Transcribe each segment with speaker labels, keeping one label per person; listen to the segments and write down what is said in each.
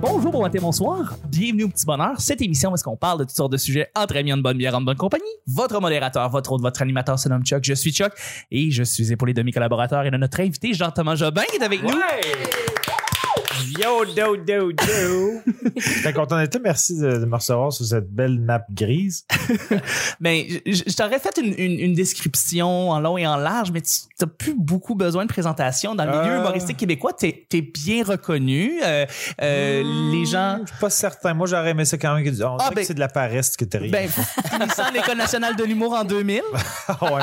Speaker 1: Bonjour, bon matin, bonsoir. Bienvenue au Petit Bonheur. Cette émission, où est-ce qu'on parle de toutes sortes de sujets entre amis, en bonne bière, en bonne compagnie. Votre modérateur, votre autre, votre animateur se nomme Chuck. Je suis Chuck et je suis épaulé de mes collaborateurs et de notre invité, Jean-Thomas Jobin, qui est avec nous.
Speaker 2: Yo, do, do, do.
Speaker 3: J'étais Ben, content d'être là. Merci de, de me recevoir sur cette belle nappe grise.
Speaker 1: Mais Ben, je, je t'aurais fait une, une- une description en long et en large, mais tu n'as plus beaucoup besoin de présentation. Dans le milieu
Speaker 3: Euh.
Speaker 1: humoristique québécois, tu es, bien reconnu. Euh, euh, Les gens...
Speaker 3: Je suis pas certain. Moi, j'aurais aimé ça quand même. On
Speaker 1: Ah,
Speaker 3: dirait
Speaker 1: ben-
Speaker 3: que c'est de la paresse que t'as ri.
Speaker 1: Ben, finissant l'École nationale de l'humour en Euh, 2000,
Speaker 3: Ah ouais.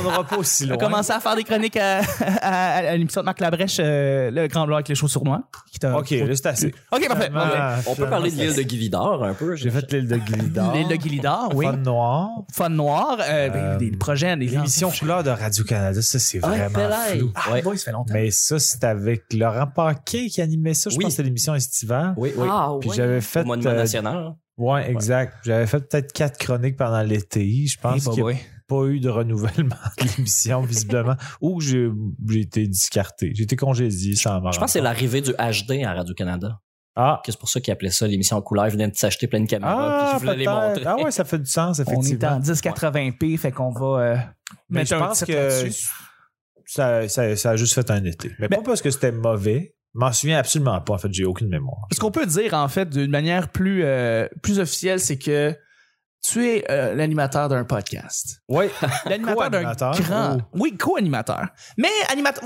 Speaker 3: On n'aura pas aussi
Speaker 1: a
Speaker 3: loin.
Speaker 1: commencé à faire des chroniques à, à- à- à l'émission de Marc Labrèche, euh, le Grand Blanc avec les chaussures noires. qui t'a-
Speaker 3: OK, là, c'est assez.
Speaker 1: OK, parfait.
Speaker 3: Ah,
Speaker 2: On peut
Speaker 3: finalement,
Speaker 2: parler de
Speaker 3: c'est-
Speaker 2: l'île de Guividor un peu.
Speaker 3: J'ai fait l'île de Glidor.
Speaker 1: L'île de Guilidor, oui.
Speaker 3: Fun noir.
Speaker 1: Fun noir, euh, ben,
Speaker 3: Euh,
Speaker 1: des projets, des Eh,
Speaker 3: L'émission couleur de Radio-Canada, ça, c'est vraiment flou.
Speaker 1: Ah,
Speaker 2: Ouais.
Speaker 1: boy, ça fait longtemps.
Speaker 3: Mais ça, c'est avec Laurent Paquet qui animait ça. Je
Speaker 2: Oui.
Speaker 3: pense que c'était l'émission estivale.
Speaker 2: Oui, oui.
Speaker 4: Ah,
Speaker 3: Puis
Speaker 4: ouais.
Speaker 3: j'avais fait.
Speaker 2: Au Monument
Speaker 3: euh,
Speaker 2: national.
Speaker 3: ouais, exact. J'avais fait peut-être quatre chroniques pendant l'été. Je pense
Speaker 1: Eh, bah,
Speaker 3: qu'il y a
Speaker 1: boy.
Speaker 3: pas eu de renouvellement de l'émission, visiblement, ou que j'ai j'ai été discarté. J'ai été congédié sans m'en
Speaker 2: Je pense que c'est l'arrivée du HD à Radio-Canada.
Speaker 3: Ah,
Speaker 2: que C'est pour ça qu'ils appelaient ça l'émission en couleur. Ils venaient de s'acheter plein de caméras.
Speaker 3: ah,
Speaker 2: puis ils voulaient les
Speaker 3: peut-être.
Speaker 2: montrer.
Speaker 3: ah ouais, ça fait du sens,
Speaker 1: On est en
Speaker 3: effectivement.
Speaker 1: 1080p, fait qu'on va euh,
Speaker 3: Mais
Speaker 1: mettre
Speaker 3: je
Speaker 1: un
Speaker 3: pense
Speaker 1: titre
Speaker 3: que
Speaker 1: là-dessus.
Speaker 3: ça, ça- ça a juste fait un été. Mais,
Speaker 1: Mais-
Speaker 3: pas parce que c'était mauvais. Je m'en souviens absolument pas. En fait, j'ai aucune mémoire.
Speaker 1: Ce qu'on peut dire, en fait, d'une manière plus, euh, plus officielle, c'est que tu es euh, l'animateur d'un podcast.
Speaker 3: Oui,
Speaker 1: L'animateur d'un
Speaker 3: Co-animateur, Oh.
Speaker 1: grand.
Speaker 3: ou-
Speaker 1: Oui, co-animateur. Mais animateur.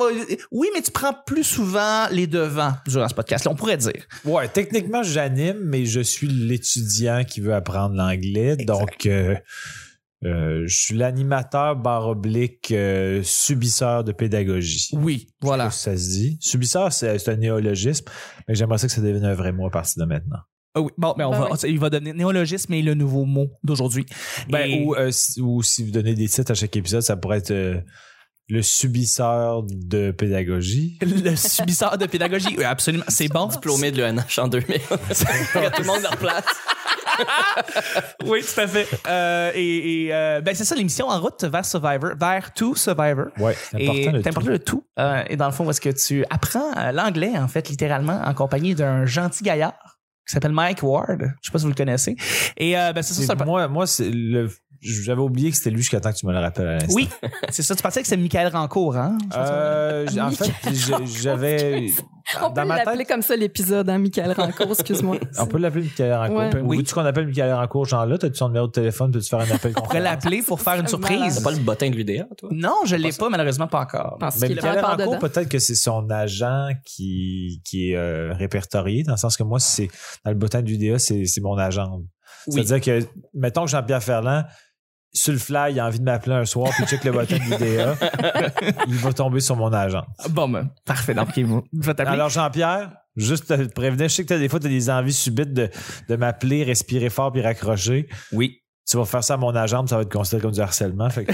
Speaker 1: Oui, mais tu prends plus souvent les devants durant ce podcast-là, on pourrait dire.
Speaker 3: ouais, techniquement, j'anime, mais je suis l'étudiant qui veut apprendre l'anglais.
Speaker 1: Exact.
Speaker 3: Donc, euh, euh, je suis l'animateur barre oblique euh, subisseur de pédagogie.
Speaker 1: Oui, voilà.
Speaker 3: que ça se dit. Subisseur, c'est c'est un néologisme, mais j'aimerais ça que ça devienne un vrai mot à partir de maintenant.
Speaker 1: Ah oui. Bon, mais on
Speaker 4: Ben
Speaker 1: va, il va donner néologisme et le nouveau mot d'aujourd'hui.
Speaker 3: Ben,
Speaker 1: Et-
Speaker 3: ou, euh, si, ou si vous donnez des titres à chaque épisode, ça pourrait être euh, le subisseur de pédagogie.
Speaker 1: le subisseur de pédagogie. Oui, absolument. C'est bon.
Speaker 2: Diplômé de l'ENH en 2000. tout le monde leur place.
Speaker 1: Oui, tout à fait. Euh, et et, euh, ben, c'est ça l'émission en route vers Survivor, vers tout Survivor.
Speaker 3: Ouais, c'est
Speaker 1: Et
Speaker 3: important. le
Speaker 1: C'est important
Speaker 3: tout.
Speaker 1: le tout. Euh, et dans le fond, où est-ce que tu apprends euh, l'anglais, en fait, littéralement, en compagnie d'un gentil gaillard qui s'appelle Mike Ward. Je sais pas si vous le connaissez. Et euh, ben, c'est ça,
Speaker 3: C'est-
Speaker 1: ça le-
Speaker 3: moi, moi c'est le- j'avais oublié que c'était lui jusqu'à temps que tu me le rappelles à l'instant.
Speaker 1: Oui, c'est ça. Tu pensais que c'est Michael Rancourt, hein? Je pense que-
Speaker 3: Euh, j- en fait, j'ai- j'avais.
Speaker 4: On peut
Speaker 3: Dans ma
Speaker 4: l'appeler
Speaker 3: tête.
Speaker 4: comme ça l'épisode, hein, Michael Rancourt, excuse-moi.
Speaker 3: On peut l'appeler Michael Rancourt.
Speaker 4: Ouais.
Speaker 3: Ou
Speaker 1: Oui.
Speaker 3: Veux-tu qu'on appelle Michael Rancourt, Jean-là? T'as-tu son numéro de téléphone? Peux-tu faire un appel
Speaker 1: On pourrait l'appeler pour faire une surprise.
Speaker 2: T'as
Speaker 3: hein?
Speaker 2: pas le bottin de l'UDA, toi?
Speaker 1: Non, je l'ai pas, malheureusement, pas encore.
Speaker 4: Parce
Speaker 3: Ben,
Speaker 4: qu'il est
Speaker 3: Michael
Speaker 4: encore
Speaker 3: Rancourt,
Speaker 4: dedans.
Speaker 3: peut-être que c'est son agent qui, qui est euh, répertorié, dans le sens que moi, c'est dans le bottin du DA, c'est c'est mon agent.
Speaker 1: Oui.
Speaker 3: C'est-à-dire que, mettons que Jean-Pierre Ferland, sur le fly, il a envie de m'appeler un soir, puis il check le bottin du DA, il va tomber sur mon agent.
Speaker 1: Bon, ben, parfait. Donc, je vais t'appeler.
Speaker 3: Alors, Jean-Pierre, juste te prévenir, je sais que t'as des fois, tu as des envies subites de, de m'appeler, respirer fort, puis raccrocher.
Speaker 1: Oui.
Speaker 3: Tu vas faire ça à mon agent, puis ça va être considéré comme du harcèlement. Fait que,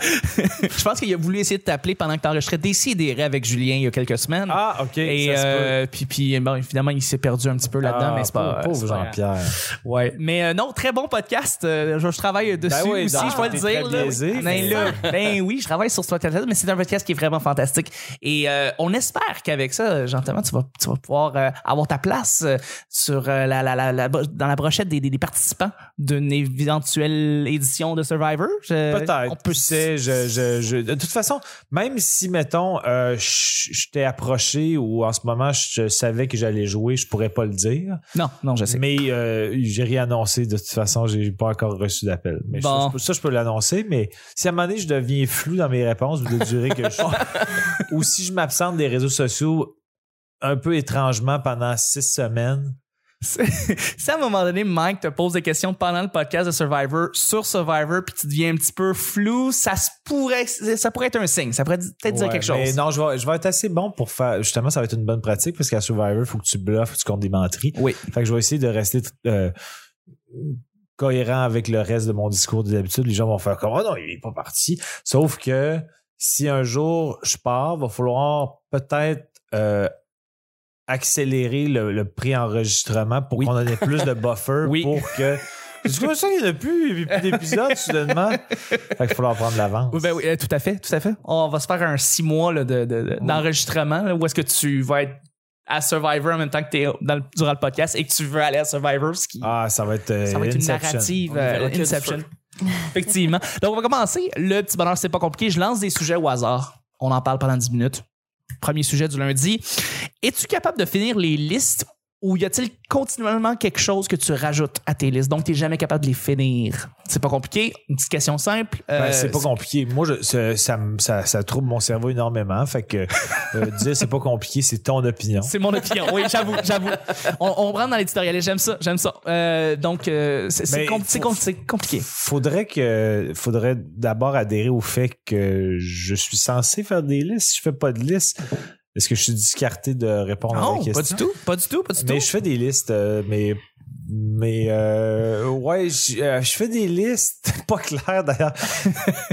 Speaker 1: Je pense qu'il a voulu essayer de t'appeler pendant que t'enregistrais Décidéré avec Julien il y a quelques semaines.
Speaker 3: ah, OK.
Speaker 1: Et
Speaker 3: ça se peut.
Speaker 1: euh, puis, puis bon, évidemment, il s'est perdu un petit peu là-dedans,
Speaker 3: Ah,
Speaker 1: mais c'est pas.
Speaker 3: pauvre- Pauvre
Speaker 1: c'est pas grave.
Speaker 3: Jean-Pierre.
Speaker 1: Ouais. Mais euh, non, très bon podcast. Euh, je, je travaille dessus
Speaker 3: Ben oui,
Speaker 1: aussi,
Speaker 3: donc,
Speaker 1: je dois le
Speaker 3: t'es
Speaker 1: dire.
Speaker 3: très
Speaker 1: là.
Speaker 3: biaisé,
Speaker 1: ben,
Speaker 3: mais-
Speaker 1: là, ben oui, je travaille sur ce podcast mais c'est un podcast qui est vraiment fantastique. Et euh, on espère qu'avec ça, gentiment, tu vas, tu vas pouvoir euh, avoir ta place euh, sur euh, la, la, la, la- dans la brochette des, des, des participants d'une éventuelle édition de Survivor. Je-
Speaker 3: Peut-être.
Speaker 1: On peut
Speaker 3: Tu sais, je, je- je- de toute façon, même si, mettons, euh, je je t'ai approché ou en ce moment, je savais que j'allais jouer, je pourrais pas le dire.
Speaker 1: Non, non, je sais.
Speaker 3: Mais euh, j'ai rien annoncé. De toute façon, j'ai pas encore reçu d'appel. Mais
Speaker 1: Bon.
Speaker 3: ça, je peux- ça, je peux l'annoncer. Mais si à un moment donné, je deviens flou dans mes réponses ou de durée que je ou si je m'absente des réseaux sociaux un peu étrangement pendant six semaines,
Speaker 1: Si à un moment donné, Mike te pose des questions pendant le podcast de Survivor sur Survivor, puis tu deviens un petit peu flou, ça se pourrait, ça pourrait être un signe. Ça pourrait peut-être dire
Speaker 3: Ouais,
Speaker 1: quelque
Speaker 3: mais
Speaker 1: chose.
Speaker 3: non, je vais, je vais être assez bon pour faire. Justement, ça va être une bonne pratique parce qu'à Survivor, il faut que tu bluffes, faut que tu comptes des menteries.
Speaker 1: Oui.
Speaker 3: Fait que je vais essayer de rester euh, cohérent avec le reste de mon discours des habitudes. Les gens vont faire comme Oh non, il est pas parti. Sauf que si un jour je pars, va falloir peut-être euh, accélérer le, le préenregistrement pour qu'on en ait plus de buffer
Speaker 1: Oui.
Speaker 3: pour que. C'est comme ça qu'il n'y en a plus, plus d'épisodes soudainement. Fait qu'il va falloir prendre l'avance.
Speaker 1: Oui, ben oui, euh, tout à fait, tout à fait. On va se faire un six mois là, de- de- de- d'enregistrement là, où est-ce que tu vas être à Survivor en même temps que t'es dans le- durant le podcast et que tu veux aller à Survivor, ce qui
Speaker 3: Ah, ça va être, euh,
Speaker 1: ça va être une
Speaker 3: Inception.
Speaker 1: narrative
Speaker 2: On y verra
Speaker 1: euh,
Speaker 2: que du
Speaker 1: Inception.
Speaker 2: feu.
Speaker 1: Effectivement. Donc, on va commencer. Le petit bonheur, c'est pas compliqué. Je lance des sujets au hasard. On en parle pendant 10 minutes. Premier sujet du lundi. Es-tu capable de finir les listes ou y a-t-il continuellement quelque chose que tu rajoutes à tes listes? Donc, tu jamais capable de les finir. C'est pas compliqué. Une petite question simple.
Speaker 3: Ben,
Speaker 1: Euh,
Speaker 3: c'est pas compliqué. Moi, je, ça, ça, me- ça- ça trouble mon cerveau énormément. Fait que euh, dire c'est pas compliqué, c'est ton opinion.
Speaker 1: C'est mon opinion. Oui, j'avoue, j'avoue. On, on rentre dans l'éditorial. J'aime ça, j'aime ça. Euh, donc, euh, c'est c'est
Speaker 3: Mais
Speaker 1: compli-
Speaker 3: faut-
Speaker 1: c'est compli- c'est compliqué.
Speaker 3: Faudrait que faudrait d'abord adhérer au fait que je suis censé faire des listes. Si je fais pas de liste, est-ce que je suis discarté de répondre à la
Speaker 1: Non,
Speaker 3: question?
Speaker 1: pas du tout, pas du tout, pas du
Speaker 3: Mais
Speaker 1: tout.
Speaker 3: je fais des listes, euh, mais mais euh, ouais, je euh, je fais des listes pas claires d'ailleurs,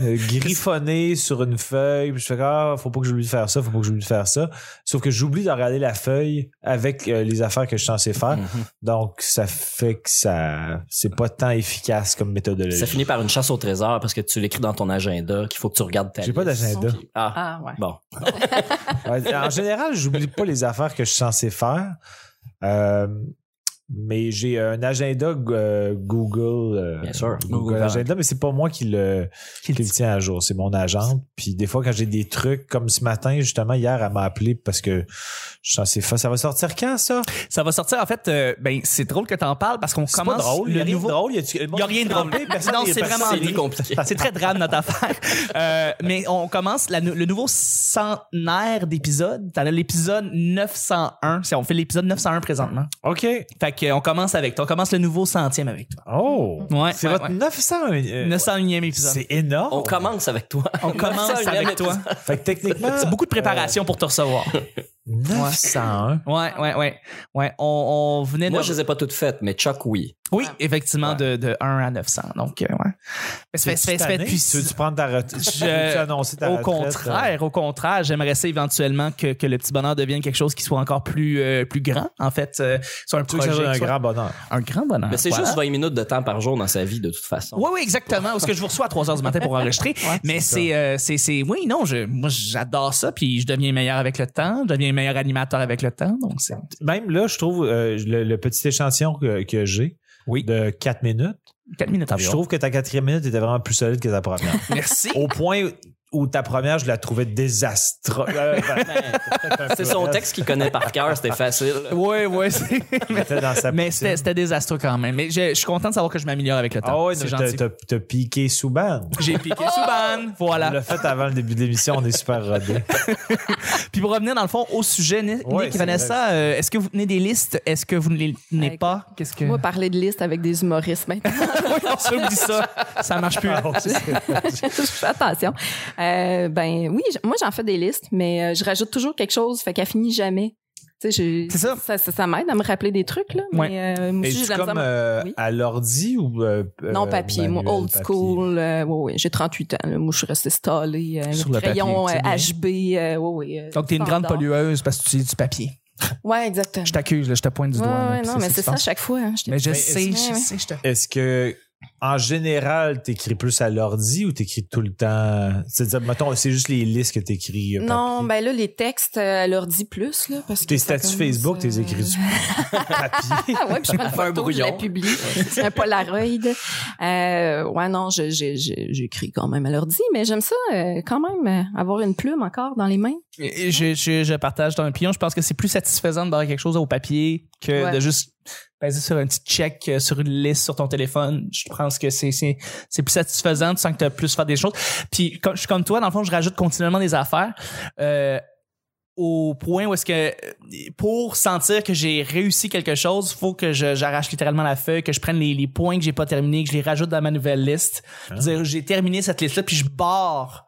Speaker 3: euh, griffonnées sur une feuille. Puis je fais ah, faut pas que j'oublie de faire ça, faut pas que j'oublie de faire ça. Sauf que j'oublie de regarder la feuille avec euh, les affaires que je suis censé faire.
Speaker 2: Mm-hmm.
Speaker 3: Donc ça fait que ça c'est pas tant efficace comme méthodologie.
Speaker 2: Ça finit par une chasse au trésor parce que tu l'écris dans ton agenda qu'il faut que tu regardes ta
Speaker 3: J'ai pas
Speaker 2: liste.
Speaker 3: d'agenda.
Speaker 2: Puis- Ah,
Speaker 5: Ah ouais.
Speaker 2: bon.
Speaker 3: Ouais, en général, j'oublie pas les affaires que je suis censé faire. Euh, mais j'ai un agenda euh, Google, euh,
Speaker 2: Bien sûr.
Speaker 3: Google,
Speaker 2: Google
Speaker 3: Agenda, mais c'est pas moi qui le, qui le tient à jour, c'est mon agente. Puis des fois, quand j'ai des trucs, comme ce matin, justement, hier, elle m'a appelé parce que je suis censé faire. Ça va sortir quand, ça?
Speaker 1: Ça va sortir, en fait, euh, ben, c'est drôle que t'en parles parce qu'on
Speaker 3: C'est pas
Speaker 1: commence
Speaker 3: drôle. Il y
Speaker 1: le
Speaker 3: a rien de
Speaker 1: nouveau...
Speaker 3: drôle. Il y a,
Speaker 1: Il y a rien de drôle. Non, c'est vraiment
Speaker 2: C'est compliqué.
Speaker 1: C'est très drame notre affaire. Euh, mais on commence la nou- le nouveau centenaire d'épisodes. T'en as l'épisode 901. C'est- On fait l'épisode 901 présentement.
Speaker 3: OK.
Speaker 1: Fait que, euh, on commence avec toi. On commence le nouveau centième avec toi.
Speaker 3: Oh!
Speaker 1: Ouais,
Speaker 3: c'est
Speaker 1: ouais,
Speaker 3: votre
Speaker 1: ouais. Oh.
Speaker 3: 900. euh,
Speaker 1: 901e épisode.
Speaker 3: C'est énorme.
Speaker 2: On commence avec toi.
Speaker 1: On commence avec toi.
Speaker 3: Fait que techniquement.
Speaker 1: C'est beaucoup de préparation pour te recevoir.
Speaker 3: euh, 901.
Speaker 1: Ouais, ouais, ouais. Ouais, on, on venait
Speaker 2: Moi,
Speaker 1: de.
Speaker 2: je les ai pas toutes faites, mais Chuck, oui.
Speaker 1: Oui, effectivement, de, de 1 à 900. Donc, euh, ouais. Mais ça fait, ça fait, ça fait
Speaker 3: Cette
Speaker 1: depuis-
Speaker 3: Tu veux-tu prendre ta retraite?
Speaker 1: Je-
Speaker 3: Tu veux-tu annoncer ta
Speaker 1: Au
Speaker 3: retraite? euh,
Speaker 1: contraire, au contraire, j'aimerais ça éventuellement que, que le petit bonheur devienne quelque chose qui soit encore plus, euh, plus grand, en fait. euh, soit un
Speaker 3: Tu veux que
Speaker 1: projet.
Speaker 3: ça soit un
Speaker 1: qui soit-
Speaker 3: grand bonheur.
Speaker 1: un grand bonheur.
Speaker 2: Mais c'est
Speaker 1: voilà.
Speaker 2: juste 20 minutes de temps par jour dans sa vie, de toute façon.
Speaker 1: Oui, oui, exactement. Parce que je vous reçois à 3 h du matin pour enregistrer. mais c'est, euh, c'est, c'est, oui, non, je, moi, j'adore ça. Puis je deviens meilleur avec le temps. Je deviens meilleur animateur avec le temps. Donc, c'est.
Speaker 3: Même là, je trouve euh, le, le petit échantillon que, que j'ai
Speaker 1: Oui.
Speaker 3: de 4 minutes,
Speaker 1: 4 minutes environ.
Speaker 3: je trouve que ta quatrième minute était vraiment plus solide que ta première.
Speaker 1: Merci.
Speaker 3: Au point où ta première, je la trouvais désastreuse. Euh, ben, peut-être un peu
Speaker 2: C'est son
Speaker 3: raide.
Speaker 2: texte qu'il connaît par cœur, c'était facile.
Speaker 1: Oui, oui, c'est.
Speaker 3: Elle était dans sa
Speaker 1: Mais
Speaker 3: poutine.
Speaker 1: c'était, c'était désastreux quand même. Mais je, je suis content de savoir que je m'améliore avec le temps.
Speaker 3: Ah ouais,
Speaker 1: c'est
Speaker 3: non, t'as-
Speaker 1: gentil.
Speaker 3: t'as t'as piqué Souban.
Speaker 1: J'ai piqué Souban.
Speaker 3: On
Speaker 1: Voilà.
Speaker 3: l'a fait avant le début de l'émission, on est super rodés.
Speaker 1: Puis pour revenir dans le fond au sujet, Ni- Nick,
Speaker 3: Ouais, c'est
Speaker 1: Vanessa, euh, est-ce que vous tenez des listes? Est-ce que vous ne les tenez
Speaker 4: Écoute,
Speaker 1: pas? Qu'est-ce que.
Speaker 4: Moi, parler de liste avec des humoristes maintenant.
Speaker 1: ça, oublie ça. Ça marche plus.
Speaker 3: Ah,
Speaker 4: je fais attention. Euh, ben oui, j- moi j'en fais des listes, mais euh, je rajoute toujours quelque chose, fait qu'elle finit jamais. Tu sais, je-
Speaker 1: C'est ça.
Speaker 4: Ça, ça m'aide à me rappeler des trucs là.
Speaker 1: Ouais.
Speaker 4: Mais euh, moi
Speaker 3: Et
Speaker 4: aussi, j'ai
Speaker 3: tu
Speaker 4: de la misère à
Speaker 3: comme
Speaker 4: me-
Speaker 3: euh,
Speaker 4: oui.
Speaker 3: à l'ordi ou. euh,
Speaker 4: non
Speaker 3: euh,
Speaker 4: papier, moi
Speaker 3: manuel,
Speaker 4: old
Speaker 3: papier?
Speaker 4: school. euh, ouais, ouais, j'ai 38 ans. là. Moi, je suis restée stallée. euh,
Speaker 3: Sur le
Speaker 4: crayon
Speaker 3: papier,
Speaker 4: euh,
Speaker 3: c'est
Speaker 4: HB. euh, ouais, ouais, euh,
Speaker 1: Donc, t'es une grande
Speaker 4: standard.
Speaker 1: pollueuse parce que tu utilises du papier.
Speaker 4: Ouais, exactement.
Speaker 1: Je t'accuse, là, je te pointe du
Speaker 4: Ouais,
Speaker 1: doigt.
Speaker 3: hein,
Speaker 1: là,
Speaker 4: ouais,
Speaker 1: puis
Speaker 4: non,
Speaker 1: ça
Speaker 4: mais
Speaker 1: que
Speaker 4: c'est
Speaker 1: tu
Speaker 4: ça à
Speaker 1: penses.
Speaker 4: chaque fois. hein, je t'ai-
Speaker 1: Mais je
Speaker 3: Mais
Speaker 1: sais,
Speaker 4: est-ce-
Speaker 1: je
Speaker 4: Ouais,
Speaker 1: sais, je te.
Speaker 3: Est-ce que, en général, t'écris plus à l'ordi ou t'écris tout le temps? C'est-à-dire, mettons, c'est juste les listes que t'écris. euh,
Speaker 4: Non,
Speaker 3: papier.
Speaker 4: ben là, les textes, euh, elle leur dit plus, là, parce que...
Speaker 3: Tes
Speaker 4: ça
Speaker 3: statuts
Speaker 4: commence,
Speaker 3: Facebook, t'es
Speaker 4: euh,
Speaker 3: écris du papier.
Speaker 4: Ah ouais, puis je prends une
Speaker 2: Fais un
Speaker 4: photo, je la
Speaker 2: brouillon.
Speaker 4: publie. C'est un Polaroid. Euh, ouais, non, je- je- je- j'écris quand même à l'ordi, mais j'aime ça euh, quand même, euh, avoir une plume encore dans les mains.
Speaker 1: Et Je, je, je partage dans un pion. Je pense que c'est plus satisfaisant de barrer quelque chose au papier que
Speaker 4: Ouais.
Speaker 1: de juste baser sur un petit check euh, sur une liste sur ton téléphone. Je pense que c'est c'est c'est plus satisfaisant. Tu sens que tu as plus faire des choses. Puis comme, je suis comme toi, dans le fond, je rajoute continuellement des affaires. Euh, au point où est-ce que euh, pour sentir que j'ai réussi quelque chose, faut que je- j'arrache littéralement la feuille, que je prenne les, les points que j'ai pas terminés, que je les rajoute dans ma nouvelle liste. Je veux dire, J'ai terminé cette liste-là, puis je barre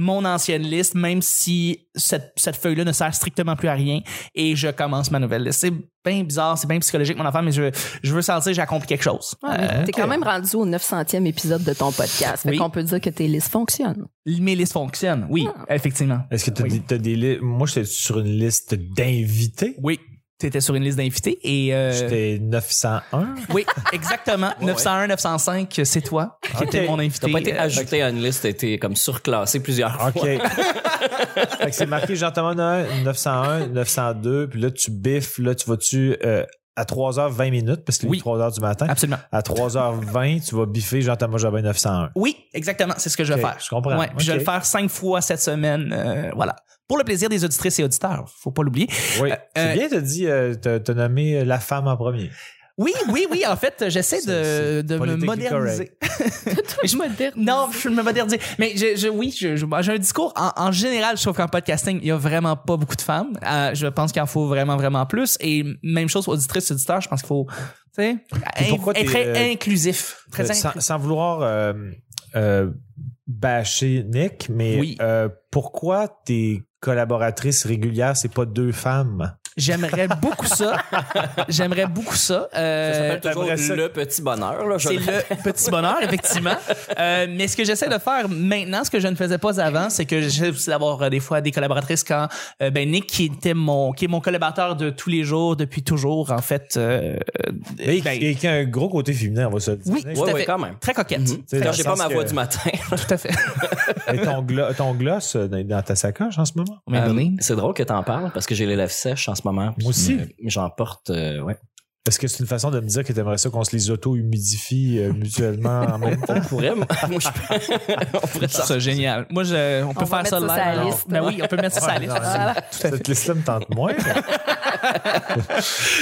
Speaker 1: mon ancienne liste, même si cette, cette feuille-là ne sert strictement plus à rien, et je commence ma nouvelle liste. C'est bien bizarre, c'est bien psychologique, mon affaire, mais je, je veux sentir que j'ai accompli quelque chose.
Speaker 4: Ouais, mais
Speaker 1: Euh,
Speaker 4: t'es quand même rendu au 900e épisode de ton podcast. Fait
Speaker 1: Oui.
Speaker 4: qu'on peut dire que tes listes fonctionnent.
Speaker 1: Euh, mes listes fonctionnent,
Speaker 4: Ah.
Speaker 1: oui, effectivement.
Speaker 3: Est-ce que t'as
Speaker 1: Oui.
Speaker 3: des, t'as des listes? Moi, j'étais sur une liste d'invités.
Speaker 1: Oui. T'étais sur une liste d'invités et. euh,
Speaker 3: J'étais 901.
Speaker 1: Oui, exactement. 901, 905, c'est toi qui étais mon invité.
Speaker 2: T'as pas été
Speaker 1: Euh,
Speaker 2: ajouté à une liste, t'as été comme surclassé plusieurs
Speaker 3: OK.
Speaker 2: fois.
Speaker 3: Fait que c'est marqué Jean-Thomas Noël, 901, 902, puis là, tu biffes, là, tu vas-tu euh, à 3h20 minutes, parce que
Speaker 1: Oui.
Speaker 3: 3h du matin.
Speaker 1: Absolument.
Speaker 3: À 3h20, tu vas biffer Jean-Thomas Jobin 901.
Speaker 1: Oui, exactement. C'est ce que je vais
Speaker 3: Ok,
Speaker 1: faire.
Speaker 3: je comprends.
Speaker 1: Ouais, puis Je vais
Speaker 3: Ok.
Speaker 1: le faire cinq fois cette semaine. euh, voilà. Pour le plaisir des auditrices et auditeurs. Faut pas l'oublier.
Speaker 3: Oui.
Speaker 1: Euh,
Speaker 3: c'est
Speaker 1: euh,
Speaker 3: bien, t'as dit, euh, t'as t'as nommé la femme en premier.
Speaker 1: Oui, oui, oui. En fait, j'essaie de,
Speaker 3: C'est- c'est
Speaker 1: de me
Speaker 3: politically
Speaker 1: moderniser.
Speaker 4: Je moderne.
Speaker 1: Non, je me moderniser. Mais je, je- oui, je- je- j'ai un discours. En, en général, je trouve qu'en podcasting, il y a vraiment pas beaucoup de femmes. Euh, je pense qu'il en faut vraiment, vraiment plus. Et même chose, auditrice, auditeur, je pense qu'il faut, tu sais,
Speaker 3: Puis pourquoi
Speaker 1: être
Speaker 3: t'es,
Speaker 1: très
Speaker 3: euh,
Speaker 1: inclusif. Très
Speaker 3: Euh, sans,
Speaker 1: inclusif.
Speaker 3: sans vouloir euh, euh, bâcher Nick, mais
Speaker 1: Oui.
Speaker 3: euh, pourquoi tes collaboratrices régulières, c'est pas deux femmes?
Speaker 1: J'aimerais beaucoup ça. J'aimerais beaucoup ça. Euh,
Speaker 2: Ça s'appelle toujours
Speaker 3: t'aimerais ça-
Speaker 2: le petit bonheur. Là, je
Speaker 1: C'est le petit bonheur, effectivement. Euh, mais ce que j'essaie de faire maintenant, ce que je ne faisais pas avant, c'est que j'essaie aussi d'avoir euh, des fois des collaboratrices quand euh, ben Nick, qui était mon, qui est mon collaborateur de tous les jours depuis toujours, en fait. euh, euh,
Speaker 3: Et,
Speaker 1: ben,
Speaker 3: et qui a un gros côté féminin, on va se le dire.
Speaker 1: oui, tout
Speaker 2: Ouais,
Speaker 1: à
Speaker 2: ouais,
Speaker 1: fait.
Speaker 2: quand même.
Speaker 1: Très coquette.
Speaker 3: sais, dans
Speaker 2: Quand
Speaker 3: le
Speaker 2: j'ai pas
Speaker 3: sens
Speaker 2: ma voix
Speaker 3: que-
Speaker 2: du matin. Euh,
Speaker 1: Tout à fait.
Speaker 3: Et ton, glo- ton gloss euh, dans dans ta sacoche en ce moment?
Speaker 1: Mais
Speaker 2: Euh,
Speaker 1: Denis,
Speaker 2: c'est drôle que t'en parles parce que j'ai les lèvres sèches en ce moment. puis,
Speaker 3: Moi aussi.
Speaker 2: euh, J'en porte, euh, ouais.
Speaker 3: Est-ce que c'est une façon de me dire que t'aimerais ça qu'on se les auto-humidifie euh, mutuellement en même temps?
Speaker 2: On pourrait, moi, je- on pourrait
Speaker 1: ça,
Speaker 2: ça.
Speaker 1: c'est génial. Moi, je, on peut faire
Speaker 4: va mettre
Speaker 1: ça live.
Speaker 4: ça sur la
Speaker 1: Non.
Speaker 4: liste.
Speaker 1: Ben oui, on peut mettre ça Ah. sur la
Speaker 3: Ouais,
Speaker 1: liste.
Speaker 3: non,
Speaker 1: absolument.
Speaker 3: Cette liste-là me tente moins. mais-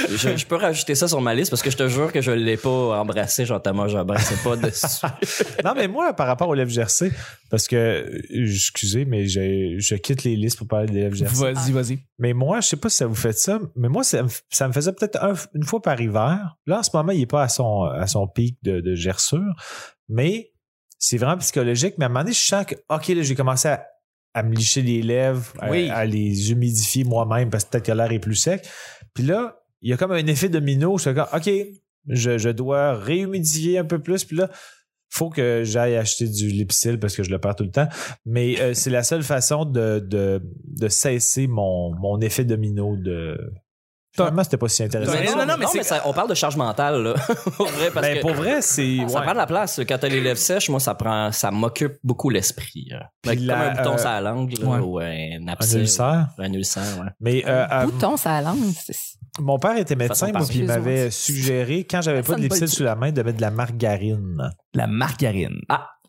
Speaker 2: Je, je peux rajouter ça sur ma liste parce que je te jure que je l'ai pas embrassé, Jean-Thomas Jobin. C'est pas dessus.
Speaker 3: Non, mais moi, par rapport aux lèvres gercées, parce que, euh, excusez, mais je, je quitte les listes pour parler des lèvres gercées.
Speaker 1: Vas-y, vas-y.
Speaker 3: Mais moi, je sais pas si ça vous fait ça, mais moi, ça me, ça me faisait peut-être un- une fois par hiver. Là, en ce moment, il est pas à son, à son pic de, de gerçure, mais c'est vraiment psychologique. Mais à un moment donné, je sens que, OK, là, j'ai commencé à, à me licher les lèvres, à-
Speaker 1: Oui.
Speaker 3: à, les humidifier moi-même parce que peut-être que l'air est plus sec. Puis là, il y a comme un effet domino. Je suis comme, OK, je, je dois réhumidifier un peu plus. Puis là, faut que j'aille acheter du lipsil parce que je le perds tout le temps. Mais euh, c'est la seule façon de, de, de cesser mon, mon effet domino de. Finalement, c'était pas si intéressant.
Speaker 1: Non, non, non, mais c'est- Ben,
Speaker 2: ça- on parle de charge mentale, là. Pour vrai, parce
Speaker 3: Mais
Speaker 2: que
Speaker 3: Ben, pour vrai, c'est.
Speaker 2: ça
Speaker 3: ouais.
Speaker 2: prend de la place. Quand t'as les lèvres sèches, moi, ça prend, ça m'occupe beaucoup l'esprit. là.
Speaker 3: Puis
Speaker 2: Fait que
Speaker 3: la-
Speaker 2: comme un bouton
Speaker 3: euh,
Speaker 2: sur la langue, là,
Speaker 1: ouais.
Speaker 2: ou un
Speaker 3: Un
Speaker 2: abcès.
Speaker 3: ulcère.
Speaker 2: ou Un ulcère, ouais.
Speaker 3: Mais euh, euh,
Speaker 4: Bouton, ça langue. c'est-
Speaker 3: mon père était médecin,
Speaker 2: Façon
Speaker 3: moi, puis il
Speaker 4: parfaite.
Speaker 3: m'avait suggéré, quand j'avais pas
Speaker 4: Personne
Speaker 3: de
Speaker 4: pas
Speaker 3: lipsil
Speaker 4: le
Speaker 3: sur la main, de mettre de la margarine.
Speaker 1: La margarine.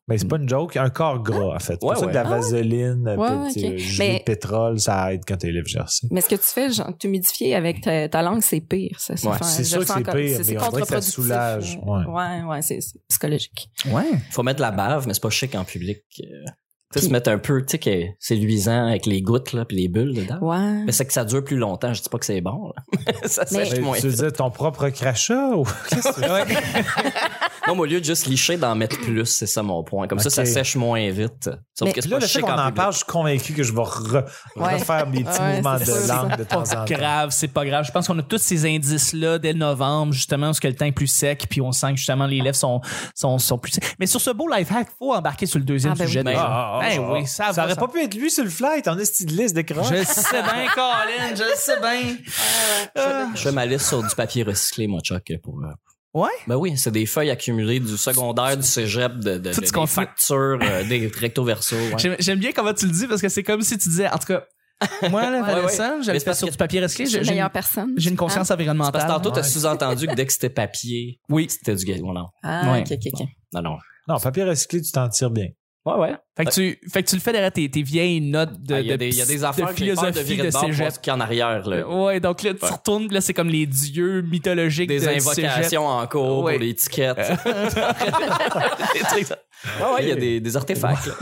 Speaker 3: Mais c'est pas une joke, un corps gras, en fait. C'est pour
Speaker 2: Ouais,
Speaker 3: ça que
Speaker 2: ouais.
Speaker 3: de la vaseline,
Speaker 4: Ah, ouais.
Speaker 3: peut-être,
Speaker 4: Ouais,
Speaker 3: euh,
Speaker 4: ok.
Speaker 3: jus
Speaker 4: Mais-
Speaker 3: de pétrole, ça aide quand t'es lèvres gercées.
Speaker 4: Mais ce que tu fais, genre, t'humidifier avec ta, ta langue, c'est pire. Ça,
Speaker 2: Ouais,
Speaker 4: Enfin,
Speaker 3: c'est
Speaker 4: je
Speaker 3: sûr
Speaker 4: le
Speaker 3: que
Speaker 4: sens
Speaker 3: c'est
Speaker 4: comme-
Speaker 3: pire,
Speaker 4: c'est-
Speaker 3: mais on
Speaker 4: C'est
Speaker 3: dirait que ça
Speaker 4: contre-productif.
Speaker 3: soulage, ouais.
Speaker 4: ouais, ouais, c'est c'est psychologique.
Speaker 1: Ouais.
Speaker 2: Faut mettre de la bave, mais c'est pas chic en public. Euh, Tu sais, se mettre un peu, tu sais, que c'est luisant avec les gouttes, là, puis les bulles dedans.
Speaker 4: Ouais.
Speaker 2: Mais c'est que ça dure plus longtemps. Je dis pas que c'est bon, là. ça
Speaker 4: Mais-
Speaker 2: sèche
Speaker 3: Mais
Speaker 2: moins.
Speaker 3: Ben, tu veux dire ton propre crachat ou qu'est-ce que tu-
Speaker 2: Non, mais au lieu de juste licher, d'en mettre plus, c'est ça mon point. Comme ça,
Speaker 3: Ok.
Speaker 2: ça sèche moins vite. Sauf
Speaker 4: Mais-
Speaker 2: que c'est
Speaker 3: Puis là,
Speaker 2: pas
Speaker 3: le fait
Speaker 2: chic
Speaker 3: qu'on
Speaker 2: en,
Speaker 3: en
Speaker 2: public.
Speaker 3: parle, je suis convaincu que je vais re-
Speaker 4: Ouais.
Speaker 3: refaire mes petits
Speaker 4: Ouais,
Speaker 3: mouvements
Speaker 4: c'est
Speaker 3: de
Speaker 4: sûr.
Speaker 3: langue de temps en temps.
Speaker 1: grave, c'est pas grave. Je pense qu'on a tous ces indices-là dès novembre, justement, parce que le temps est plus sec, puis on sent que justement les lèvres sont, sont, sont plus secs. Mais sur ce beau life hack, faut embarquer sur le deuxième
Speaker 4: Ah, ben
Speaker 1: sujet.
Speaker 2: oui.
Speaker 1: déjà.
Speaker 3: Ah, ah, ah,
Speaker 1: Eh
Speaker 3: ah.
Speaker 1: oui, ça,
Speaker 3: Ça
Speaker 1: va,
Speaker 3: aurait
Speaker 1: ça-
Speaker 3: pas pu être lui sur le flight, en esti de liste d'écran.
Speaker 1: Je le sais bien, Colin, je le sais bien.
Speaker 2: Ah, Je fais ma liste sur du papier recyclé, moi, Chuck, pour. euh,
Speaker 1: Ouais?
Speaker 2: Ben oui, c'est des feuilles accumulées du secondaire, du cégep, de, de,
Speaker 1: Tout
Speaker 2: de-
Speaker 1: ce qu'on
Speaker 2: des
Speaker 1: fait.
Speaker 2: factures, euh, des recto verso. ouais.
Speaker 1: J'aime- J'aime bien comment tu le dis, parce que c'est comme si tu disais, en tout cas, moi, là,
Speaker 2: Ouais,
Speaker 1: Vanessa,
Speaker 2: ouais.
Speaker 1: j'avais
Speaker 2: Mais c'est
Speaker 1: fait sur
Speaker 2: parce
Speaker 1: du papier recyclé,
Speaker 4: Je suis
Speaker 1: j'ai
Speaker 4: une
Speaker 1: j'ai
Speaker 4: meilleure
Speaker 1: une, hein?
Speaker 4: personne.
Speaker 1: j'ai une
Speaker 2: Ah.
Speaker 1: conscience
Speaker 2: Parce que
Speaker 1: environnementale.
Speaker 2: tantôt, t'as sous-entendu que dès que c'était papier, oui. c'était du gaz. Non,
Speaker 4: Ah,
Speaker 1: Ouais.
Speaker 4: ok, ok, ok.
Speaker 2: non, non.
Speaker 3: Non, papier recyclé, tu t'en tires bien.
Speaker 2: Ouais, ouais.
Speaker 1: Fait que, tu, fait que tu le fais derrière tes, tes vieilles notes de,
Speaker 2: Ah, Il y, a
Speaker 1: de
Speaker 2: des- il y a
Speaker 1: psy-
Speaker 2: des
Speaker 1: de
Speaker 2: affaires que j'ai peur de
Speaker 1: philosophie
Speaker 2: virer
Speaker 1: de,
Speaker 2: de bord
Speaker 1: cégep.
Speaker 2: pour ce qu'il y a en arrière, là.
Speaker 1: Ouais, donc là, tu
Speaker 2: Ouais.
Speaker 1: retournes, puis là, c'est comme les dieux mythologiques
Speaker 2: Des
Speaker 1: de- du cégep.
Speaker 2: invocations en cours
Speaker 1: Ouais. Euh.
Speaker 2: pour l'étiquette. des trucs. Ouais, ouais, il y a des, des artefacts. là.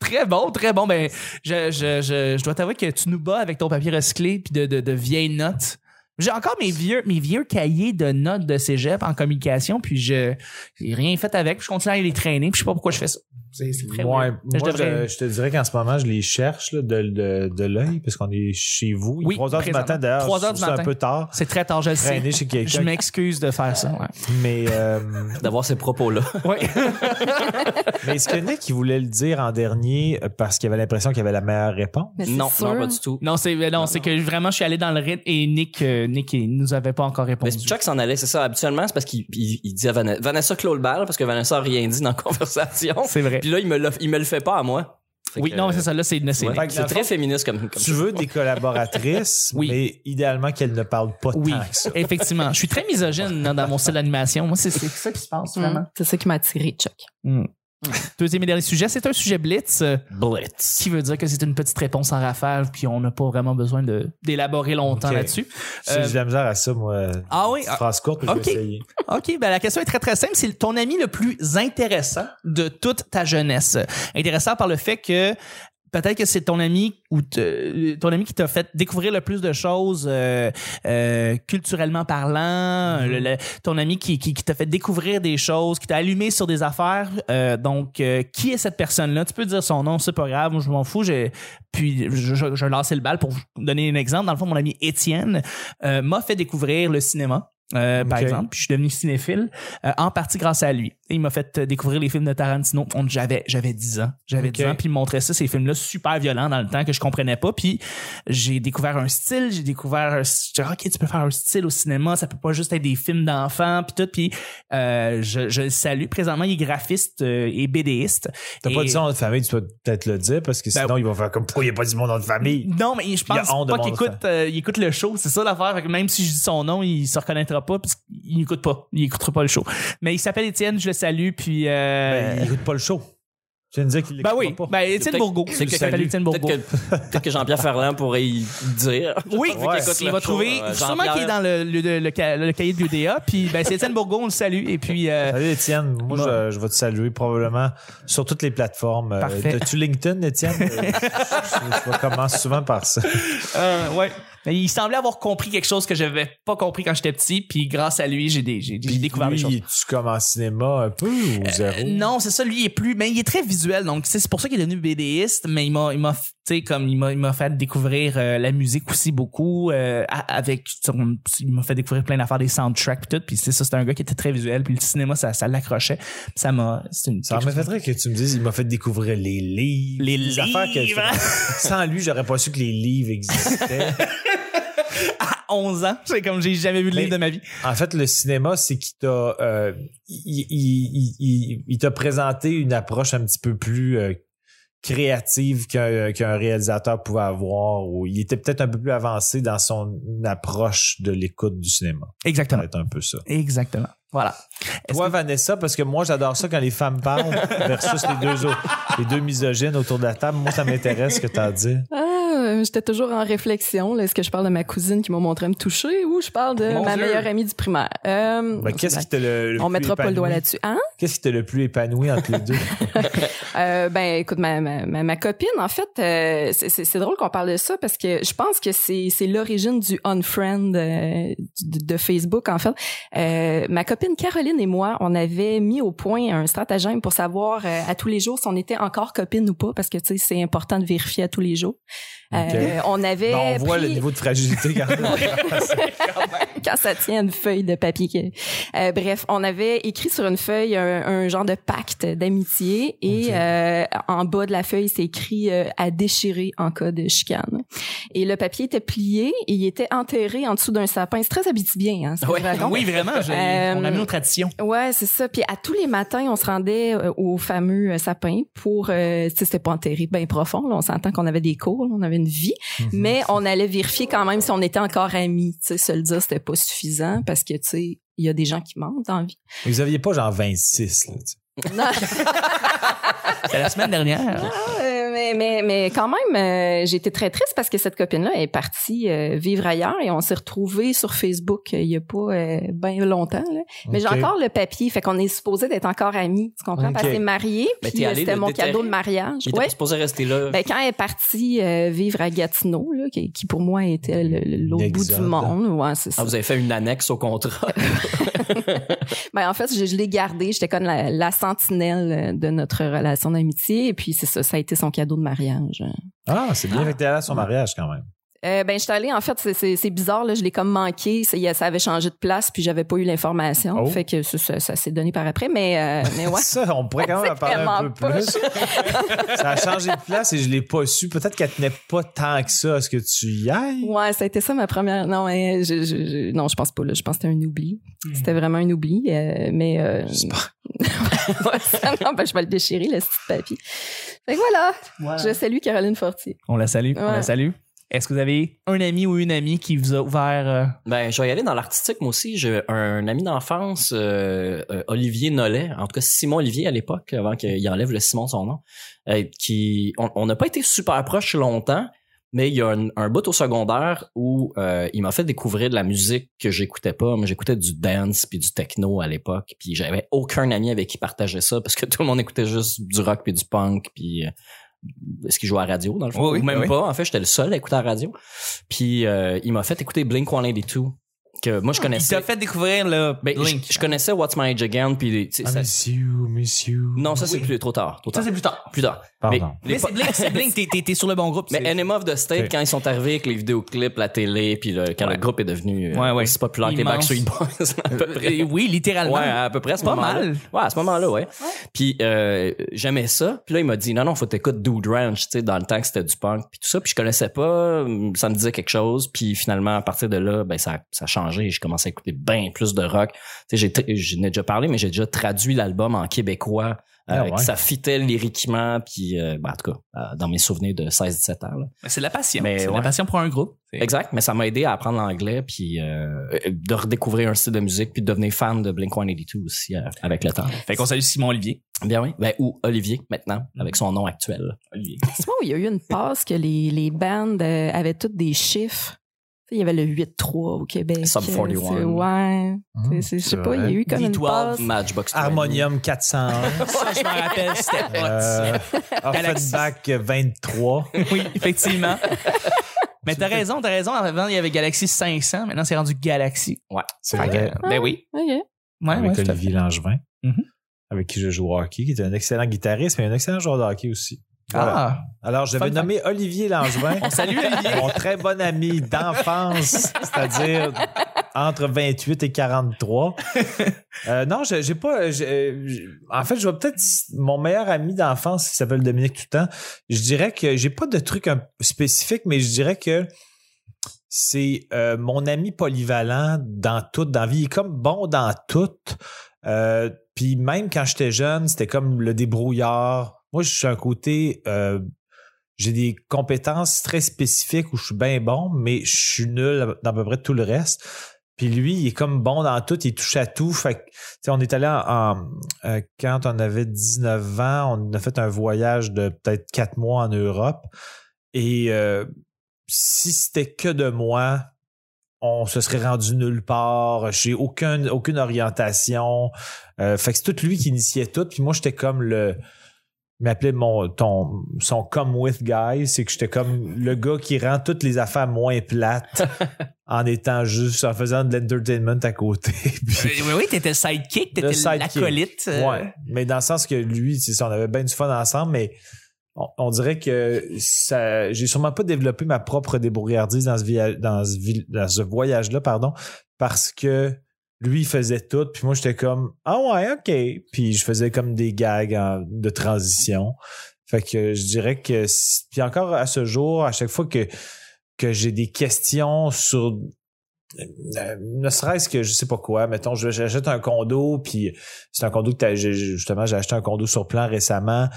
Speaker 1: Très bon, très bon. Ben, je, je, je, je dois t'avouer que tu nous bats avec ton papier recyclé puis de, de, de vieilles notes. J'ai encore mes vieux, mes vieux cahiers de notes de cégep en communication, puis je j'ai rien fait avec. puis Je continue à les traîner, puis je sais pas pourquoi je fais ça. C'est c'est très
Speaker 3: Ouais,
Speaker 1: weird.
Speaker 3: moi,
Speaker 1: Je devrais-
Speaker 3: je, je te dirais qu'en ce moment, je les cherche là, de, de, de l'œil, parce qu'on est chez vous. Il est
Speaker 1: Oui,
Speaker 3: 3 heures du
Speaker 1: présentement.
Speaker 3: matin, d'ailleurs.
Speaker 1: Trois
Speaker 3: je
Speaker 1: heures du
Speaker 3: trouve ça
Speaker 1: matin.
Speaker 3: un peu tard.
Speaker 1: C'est très tard, je le sais.
Speaker 3: Traîner chez
Speaker 1: Je
Speaker 3: quelqu'un.
Speaker 1: m'excuse de faire ça. ouais.
Speaker 3: Mais, euh,
Speaker 2: D'avoir ces propos-là.
Speaker 1: Oui.
Speaker 3: mais est-ce qu'il y en a qui voulaient le dire en dernier euh, parce qu'il avait l'impression qu'il avait la meilleure réponse?
Speaker 4: Mais c'est
Speaker 2: Non,
Speaker 4: sûr.
Speaker 2: non, pas du tout.
Speaker 1: Non, c'est ben non, c'est que vraiment, je suis allé dans le rythme et Nick, euh, Nick il nous avait pas encore
Speaker 2: Mais
Speaker 1: répondu.
Speaker 2: Chuck s'en allait, c'est ça. Habituellement, c'est parce qu'il il, il dit à Vanessa, Vanessa clôt le bal parce que Vanessa a rien dit dans la conversation.
Speaker 1: C'est vrai.
Speaker 2: Puis là, il me, le- il me le fait pas à moi. Fait
Speaker 1: Oui,
Speaker 2: que,
Speaker 1: non,
Speaker 2: euh,
Speaker 1: c'est ça. Là, c'est c'est
Speaker 2: ouais.
Speaker 1: Nick.
Speaker 3: Fait que dans
Speaker 2: C'est
Speaker 3: le
Speaker 2: très féministe comme, comme
Speaker 3: Tu veux des collaboratrices,
Speaker 1: Oui.
Speaker 3: mais idéalement qu'elles ne parlent pas
Speaker 1: Oui,
Speaker 3: tant que ça.
Speaker 1: effectivement. Je suis très misogyne dans, dans mon style d'animation. Moi, c'est c'est ça qui se passe,
Speaker 4: Hum,
Speaker 1: vraiment.
Speaker 4: C'est ça qui m'a attiré, Chuck.
Speaker 1: Mm. Deuxième et dernier sujet, c'est un sujet blitz, euh,
Speaker 2: Blitz.
Speaker 1: qui veut dire que c'est une petite réponse en rafale, puis on n'a pas vraiment besoin de- d'élaborer longtemps
Speaker 3: Ok.
Speaker 1: là-dessus.
Speaker 3: J'ai
Speaker 1: Euh,
Speaker 3: de la misère à ça, moi.
Speaker 1: Ah oui,
Speaker 3: Petite
Speaker 1: ah,
Speaker 3: Phrase courte, mais
Speaker 1: ok.
Speaker 3: je vais essayer.
Speaker 1: OK, ben la question est très très simple. C'est ton ami le plus intéressant de toute ta jeunesse. Intéressant par le fait que peut-être que c'est ton ami ou te- ton ami qui t'a fait découvrir le plus de choses euh, euh, culturellement parlant, le- le- ton ami qui, qui, qui t'a fait découvrir des choses, qui t'a allumé sur des affaires. Euh, donc, euh, qui est cette personne-là? Tu peux dire son nom, c'est pas grave, moi, je m'en fous. J'ai- Puis, je, je, je lançais le bal pour vous donner un exemple. Dans le fond, mon ami Étienne euh, m'a fait découvrir le cinéma. euh, Par
Speaker 3: Ok.
Speaker 1: exemple, puis je suis devenu cinéphile euh, en partie grâce à lui. Et il m'a fait euh, découvrir les films de Tarantino. On- J'avais j'avais 10 ans. J'avais
Speaker 3: Ok.
Speaker 1: 10 ans, puis il me montrait ça, ces films-là super violents dans le temps que je comprenais pas. Puis j'ai découvert un style, j'ai découvert un style, ok, tu peux faire un style au cinéma, ça peut pas juste être des films d'enfants, puis tout. Puis euh, je, je le salue. Présentement, il est graphiste euh, et BDiste.
Speaker 3: T'as
Speaker 1: Et-
Speaker 3: pas dit son nom de famille, tu peux peut-être le dire, parce que
Speaker 1: Ben-
Speaker 3: sinon, ils vont faire comme pourquoi il n'y a pas dit mon nom de famille.
Speaker 1: Non, mais je
Speaker 3: Il y a
Speaker 1: pense
Speaker 3: honte de
Speaker 1: pas
Speaker 3: mon
Speaker 1: qu'il écoute,
Speaker 3: enfant.
Speaker 1: euh, il écoute le show. C'est ça l'affaire. Fait que Même si je dis son nom, il se reconnaîtra pas parce qu'il n'écoute pas. Il écoutera pas le show. Mais il s'appelle Étienne, je le salue. Puis.
Speaker 3: Ben,
Speaker 1: Euh...
Speaker 3: il écoute pas le show. Tu viens de dire qu'il
Speaker 1: Ben
Speaker 3: l'écoute
Speaker 1: oui,
Speaker 3: pas.
Speaker 1: ben Étienne
Speaker 2: Peut-être-
Speaker 1: Bourgault.
Speaker 2: peut-être
Speaker 1: Il
Speaker 2: que-
Speaker 1: s'appelle Étienne
Speaker 2: Peut-être
Speaker 1: Bourgault.
Speaker 2: que, peut-être que Jean-Pierre Ferland pourrait y dire.
Speaker 1: Oui,
Speaker 2: Vu qu'il
Speaker 3: Ouais.
Speaker 2: écoute
Speaker 1: il
Speaker 2: le
Speaker 1: va
Speaker 2: show,
Speaker 1: trouver
Speaker 2: euh,
Speaker 1: sûrement qu'il est dans le, le, le- le ca- le cahier de l'UDA. Puis ben, c'est Étienne Bourgault, on le salue. Et puis. euh,
Speaker 3: Salut Étienne,
Speaker 1: Bon.
Speaker 3: moi je, je vais te saluer probablement sur toutes les plateformes. Euh,
Speaker 1: Parfait.
Speaker 3: T'as-tu LinkedIn Étienne? Euh, je, je commence souvent par ça.
Speaker 1: Euh, ouais. Mais il semblait avoir compris quelque chose que j'avais pas compris quand j'étais petit, puis grâce à lui, j'ai des- j'ai- j'ai
Speaker 3: Puis
Speaker 1: découvert
Speaker 3: lui,
Speaker 1: des choses. Euh,
Speaker 3: tu comme en cinéma un peu ou zéro?
Speaker 1: Non, c'est ça, lui il est plus mais il est très visuel donc c'est c'est pour ça qu'il est devenu BDiste, mais il m'a il m'a tu sais comme il m'a il m'a fait découvrir euh, la musique aussi beaucoup euh, a- avec son- il m'a fait découvrir plein d'affaires des soundtracks puis tout, puis c'est ça, c'était un gars qui était très visuel, puis le cinéma ça ça l'accrochait. Puis Ça m'a c'est une
Speaker 3: Ça
Speaker 1: quelque chose-
Speaker 3: m'effraie que tu me dises, il m'a fait découvrir les livres.
Speaker 1: Les
Speaker 3: des affaires que-
Speaker 1: livres.
Speaker 3: sans lui, j'aurais pas su que les livres existaient.
Speaker 1: à 11 ans, c'est comme j'ai jamais vu de
Speaker 3: Mais-
Speaker 1: livre de ma vie.
Speaker 3: En fait, le cinéma, c'est qu'il t'a, euh, il, il- il- il- il t'a présenté une approche un petit peu plus euh, créative qu'un, euh, qu'un réalisateur pouvait avoir. Ou il était peut-être un peu plus avancé dans son approche de l'écoute du cinéma. Ça
Speaker 1: Exactement.
Speaker 3: va être un peu ça.
Speaker 1: Exactement. Voilà. Est-ce
Speaker 3: Toi, Vanessa, parce que moi, j'adore ça quand les femmes parlent versus les deux autres, les deux misogynes autour de la table. Moi, ça m'intéresse ce que t'as dit.
Speaker 4: Ah, euh, j'étais toujours en réflexion. là. Est-ce que je parle de ma cousine qui m'a montré me toucher ou je parle de
Speaker 1: Mon
Speaker 4: ma
Speaker 1: Dieu.
Speaker 4: meilleure amie du primaire? Euh, non,
Speaker 3: Ben, qu'est-ce
Speaker 4: c'est
Speaker 3: qui t'a le, le
Speaker 4: On
Speaker 3: plus
Speaker 4: mettra pas le doigt
Speaker 3: épanoui?
Speaker 4: là-dessus. Hein?
Speaker 3: Qu'est-ce qui t'a le plus épanoui entre les deux?
Speaker 4: Euh, ben, écoute, ma, ma, ma, ma copine, en fait, euh, c'est- c'est c'est drôle qu'on parle de ça parce que je pense que c'est c'est l'origine du unfriend euh, du- de Facebook, en fait. Euh, ma copine Caroline et moi, on avait mis au point un stratagème pour savoir euh, à tous les jours si on était encore copine ou pas parce que, tu sais, c'est important de vérifier à tous les jours. Euh,
Speaker 3: Ok.
Speaker 4: on avait
Speaker 3: Ben, on voit
Speaker 4: pris-
Speaker 3: le niveau de fragilité quand même.
Speaker 4: quand ça tient une feuille de papier. que- Euh, bref, on avait écrit sur une feuille un, un genre de pacte d'amitié et
Speaker 3: Ok.
Speaker 4: euh, en bas de la feuille, c'est écrit euh, à déchirer en cas de chicane. Et le papier était plié et il était enterré en dessous d'un sapin. C'est très habitibien, hein, ce que
Speaker 1: Ouais.
Speaker 4: je
Speaker 2: Ah
Speaker 4: raconte.
Speaker 1: Oui, vraiment, j'ai-
Speaker 4: Euh,
Speaker 1: on a mis nos traditions.
Speaker 4: Ouais, c'est ça. Puis à tous les matins, on se rendait euh, au fameux euh, sapin pour, euh, tu sais, c'était pas enterré bien profond. Là, on s'entend qu'on avait des cours, là, on avait une vie, mais on allait vérifier quand même si on était encore amis. Tu sais, se le dire, c'était pas suffisant parce que tu sais, il y a des gens qui mentent dans la vie.
Speaker 3: Vous aviez pas genre 26, là, tu sais.
Speaker 4: Non,
Speaker 1: C'était la semaine dernière.
Speaker 4: euh, mais mais, mais, mais quand même, euh, j'ai été très triste parce que cette copine-là est partie euh, vivre ailleurs et on s'est retrouvés sur Facebook euh, il y a pas euh, bien longtemps. là. Mais j'ai
Speaker 3: Ok.
Speaker 4: encore le papier, fait qu'on est supposé d'être encore amis, tu comprends? Parce
Speaker 3: Ok.
Speaker 4: qu'elle est mariée,
Speaker 2: Mais
Speaker 4: puis
Speaker 2: t'es
Speaker 4: euh,
Speaker 2: allé
Speaker 4: c'était
Speaker 2: le
Speaker 4: mon
Speaker 2: déterrer.
Speaker 4: cadeau de mariage.
Speaker 2: Il était
Speaker 4: Ouais.
Speaker 2: pas supposé rester là.
Speaker 4: Ben, quand elle est partie euh, vivre à Gatineau, là, qui, qui pour moi était le- le- l'autre bout du
Speaker 3: L'exode.
Speaker 4: monde, ouais, c'est ça.
Speaker 2: Ah, vous avez fait une annexe au contrat.
Speaker 4: Ben, en fait, je, je l'ai gardé. J'étais comme la, la sentinelle euh, de notre relation d'amitié. Et puis, c'est ça, ça a été son cadeau de mariage.
Speaker 3: Ah, c'est bien. Fait que t'es allé à son mariage quand même.
Speaker 4: Euh, ben, je suis allée, en fait, c'est- c'est c'est bizarre, là, je l'ai comme manqué. Ça, y a- ça avait changé de place, puis j'avais pas eu l'information.
Speaker 3: Oh.
Speaker 4: Fait que ça, ça- ça s'est donné par après. Mais, euh, mais ouais.
Speaker 3: Ça, on pourrait quand même en parler un peu
Speaker 4: vraiment
Speaker 3: plus. ça a changé de place et je l'ai pas su. Peut-être qu'elle tenait pas tant que ça. Est-ce que tu y ailles?
Speaker 4: Ouais, ça a été ça ma première. Non, mais je, je, je- non, je pense pas. Là. Je pense que c'était un oubli.
Speaker 5: Hmm.
Speaker 4: C'était vraiment un oubli. euh, mais euh,
Speaker 3: J'espère.
Speaker 4: ouais, ça, non, ben, je vais le déchirer, le petit papier. Fait que voilà, je salue Caroline Fortier.
Speaker 1: On la salue, on
Speaker 4: Ouais.
Speaker 1: la salue. Est-ce que vous avez un ami ou une amie qui vous a ouvert euh,
Speaker 2: Ben, je vais y aller dans l'artistique, moi aussi. J'ai un ami d'enfance, euh, euh, Olivier Nollet, en tout cas Simon Olivier à l'époque, avant qu'il enlève le Simon son nom, euh, qui on on n'a pas été super proches longtemps, mais il y a un, un bout au secondaire où euh, il m'a fait découvrir de la musique que j'écoutais pas. Moi, j'écoutais du dance puis du techno à l'époque, puis j'avais aucun ami avec qui partageait ça parce que tout le monde écoutait juste du rock puis du punk puis euh, est-ce qu'il jouait à la radio dans le fond
Speaker 1: Oui, oui,
Speaker 2: ou même
Speaker 1: oui.
Speaker 2: pas. En fait, j'étais le seul à écouter à la radio. Puis euh, il m'a fait écouter Blink 182 que moi je
Speaker 1: Ah, Il
Speaker 2: connaissais.
Speaker 1: t'a fait découvrir le
Speaker 2: Ben, je,
Speaker 1: Blink.
Speaker 2: je connaissais What's My Age Again puis tu sais, ça-
Speaker 3: Ah, Monsieur, monsieur.
Speaker 2: non ça c'est plus trop tard, trop
Speaker 1: Ah, Ça,
Speaker 2: tard,
Speaker 1: c'est plus tard.
Speaker 2: plus tard.
Speaker 3: Pardon.
Speaker 1: Mais c'est Blink, c'est Blink, t'es- t'es- t'es sur le bon groupe.
Speaker 2: Mais
Speaker 1: c'est-
Speaker 2: Enema of the State,
Speaker 3: Ok.
Speaker 2: quand ils sont arrivés avec les vidéoclips, la télé, puis le- quand
Speaker 1: Ouais.
Speaker 2: le groupe est devenu euh,
Speaker 1: Ouais, ouais.
Speaker 2: aussi populaire que les
Speaker 1: Immense.
Speaker 2: Backstreet Boys, à peu près.
Speaker 1: Euh, Oui, littéralement.
Speaker 2: Ouais, à peu près à ce
Speaker 1: Pas
Speaker 2: moment-là.
Speaker 1: mal.
Speaker 2: Ouais, à ce moment-là, ouais. Puis euh, j'aimais ça. Puis là, il m'a dit non, non, faut t'écouter Dude Ranch, tu sais, dans le temps que c'était du punk, puis tout ça. Puis je connaissais pas, hum, ça me disait quelque chose. Puis finalement, à partir de là, ben ça, ça a changé. J'ai commencé à écouter bien plus de rock. Tu sais, j'ai tr- j'en ai déjà parlé, mais j'ai déjà traduit l'album en québécois. euh,
Speaker 3: Ah ouais.
Speaker 2: que Ça fitait lyriquement, puis euh, ben, en tout cas, euh, dans mes souvenirs de 16-17 ans. là.
Speaker 1: Mais C'est de la passion.
Speaker 2: Mais
Speaker 1: C'est de la
Speaker 2: ouais.
Speaker 1: passion pour un groupe.
Speaker 2: Exact, mais ça m'a aidé à apprendre l'anglais puis euh, de redécouvrir un style de musique puis de devenir fan de Blink-182 aussi euh, avec le temps.
Speaker 1: Fait qu'on salue Simon Olivier.
Speaker 2: Bien oui, ben, ou Olivier maintenant avec son nom actuel. Olivier.
Speaker 4: C'est moi où il y a eu une passe que les, les bandes euh, avaient toutes des chiffres. Tu sais, Il y avait le 8-3 au Québec.
Speaker 2: Sub 41.
Speaker 4: C'est- Ouais.
Speaker 3: Hum,
Speaker 4: C'est- c'est- Je sais pas, il y a eu comme une passe.
Speaker 2: Matchbox 20.
Speaker 3: Mmh. Harmonium 401.
Speaker 1: Ça, je m'en rappelle, c'était hot.
Speaker 3: euh, Offenbach 23.
Speaker 1: Oui, effectivement. Mais t'as raison, t'as raison. Avant, il y avait Galaxy 500. Maintenant, c'est rendu Galaxy.
Speaker 3: C'est
Speaker 1: Fait que-
Speaker 3: vrai.
Speaker 1: Ben oui.
Speaker 4: Ok.
Speaker 1: Ouais,
Speaker 3: avec
Speaker 1: ouais, tout à
Speaker 3: Olivier Langevin,
Speaker 1: Mhm.
Speaker 3: avec qui je joue au hockey, qui est un excellent guitariste, mais un excellent joueur de hockey aussi.
Speaker 1: fait.
Speaker 3: Voilà.
Speaker 1: Ah,
Speaker 3: Alors, je
Speaker 1: Fun
Speaker 3: vais
Speaker 1: fact.
Speaker 3: nommer Olivier Langevin.
Speaker 1: salut Olivier.
Speaker 3: Mon très bon ami d'enfance, c'est-à-dire entre 28 et 43. Euh, non, je- j'ai pas. j'ai- j'ai- en fait, je vois peut-être mon meilleur ami d'enfance qui s'appelle Dominique Toutan. Je dirais que j'ai pas de truc un- spécifique, mais je dirais que c'est euh, mon ami polyvalent dans tout, dans la vie. Il est comme bon dans tout. Euh, Puis même quand j'étais jeune, c'était comme le débrouillard. Moi, je suis un côté. euh, j'ai des compétences très spécifiques où je suis bien bon, mais je suis nul dans à peu près tout le reste. Puis lui, il est comme bon dans tout, il touche à tout. Fait que, tu sais, on est allé en, en- euh, quand on avait 19 ans, on a fait un voyage de peut-être quatre mois en Europe. Et euh, si c'était que de moi, on se serait rendu nulle part. J'ai aucune, aucune orientation. Euh, fait que c'est tout lui qui initiait tout. Puis moi, j'étais comme le. Il m'appelait mon ton son come with guy, c'est que j'étais comme le gars qui rend toutes les affaires moins plates en étant juste en faisant de l'entertainment à côté. Puis-
Speaker 1: Euh, Oui, oui, t'étais le sidekick,
Speaker 3: Le
Speaker 1: t'étais
Speaker 3: sidekick.
Speaker 1: l'acolyte. euh,
Speaker 3: Ouais, mais dans le sens que lui, c'est ça, on avait bien du fun ensemble, mais on, on dirait que ça, j'ai sûrement pas développé ma propre débrouillardise dans ce, via- dans ce vil- dans ce voyage-là, pardon, parce que lui, il faisait tout, puis moi, j'étais comme ah ouais, ok, puis je faisais comme des gags en- de transition. Fait que je dirais que, si- puis encore à ce jour, à chaque fois que que j'ai des questions sur euh, ne serait-ce que je sais pas quoi, mettons, je- j'achète un condo, puis c'est un condo que t'as- j'ai- j'ai- justement, j'ai acheté un condo sur plan récemment.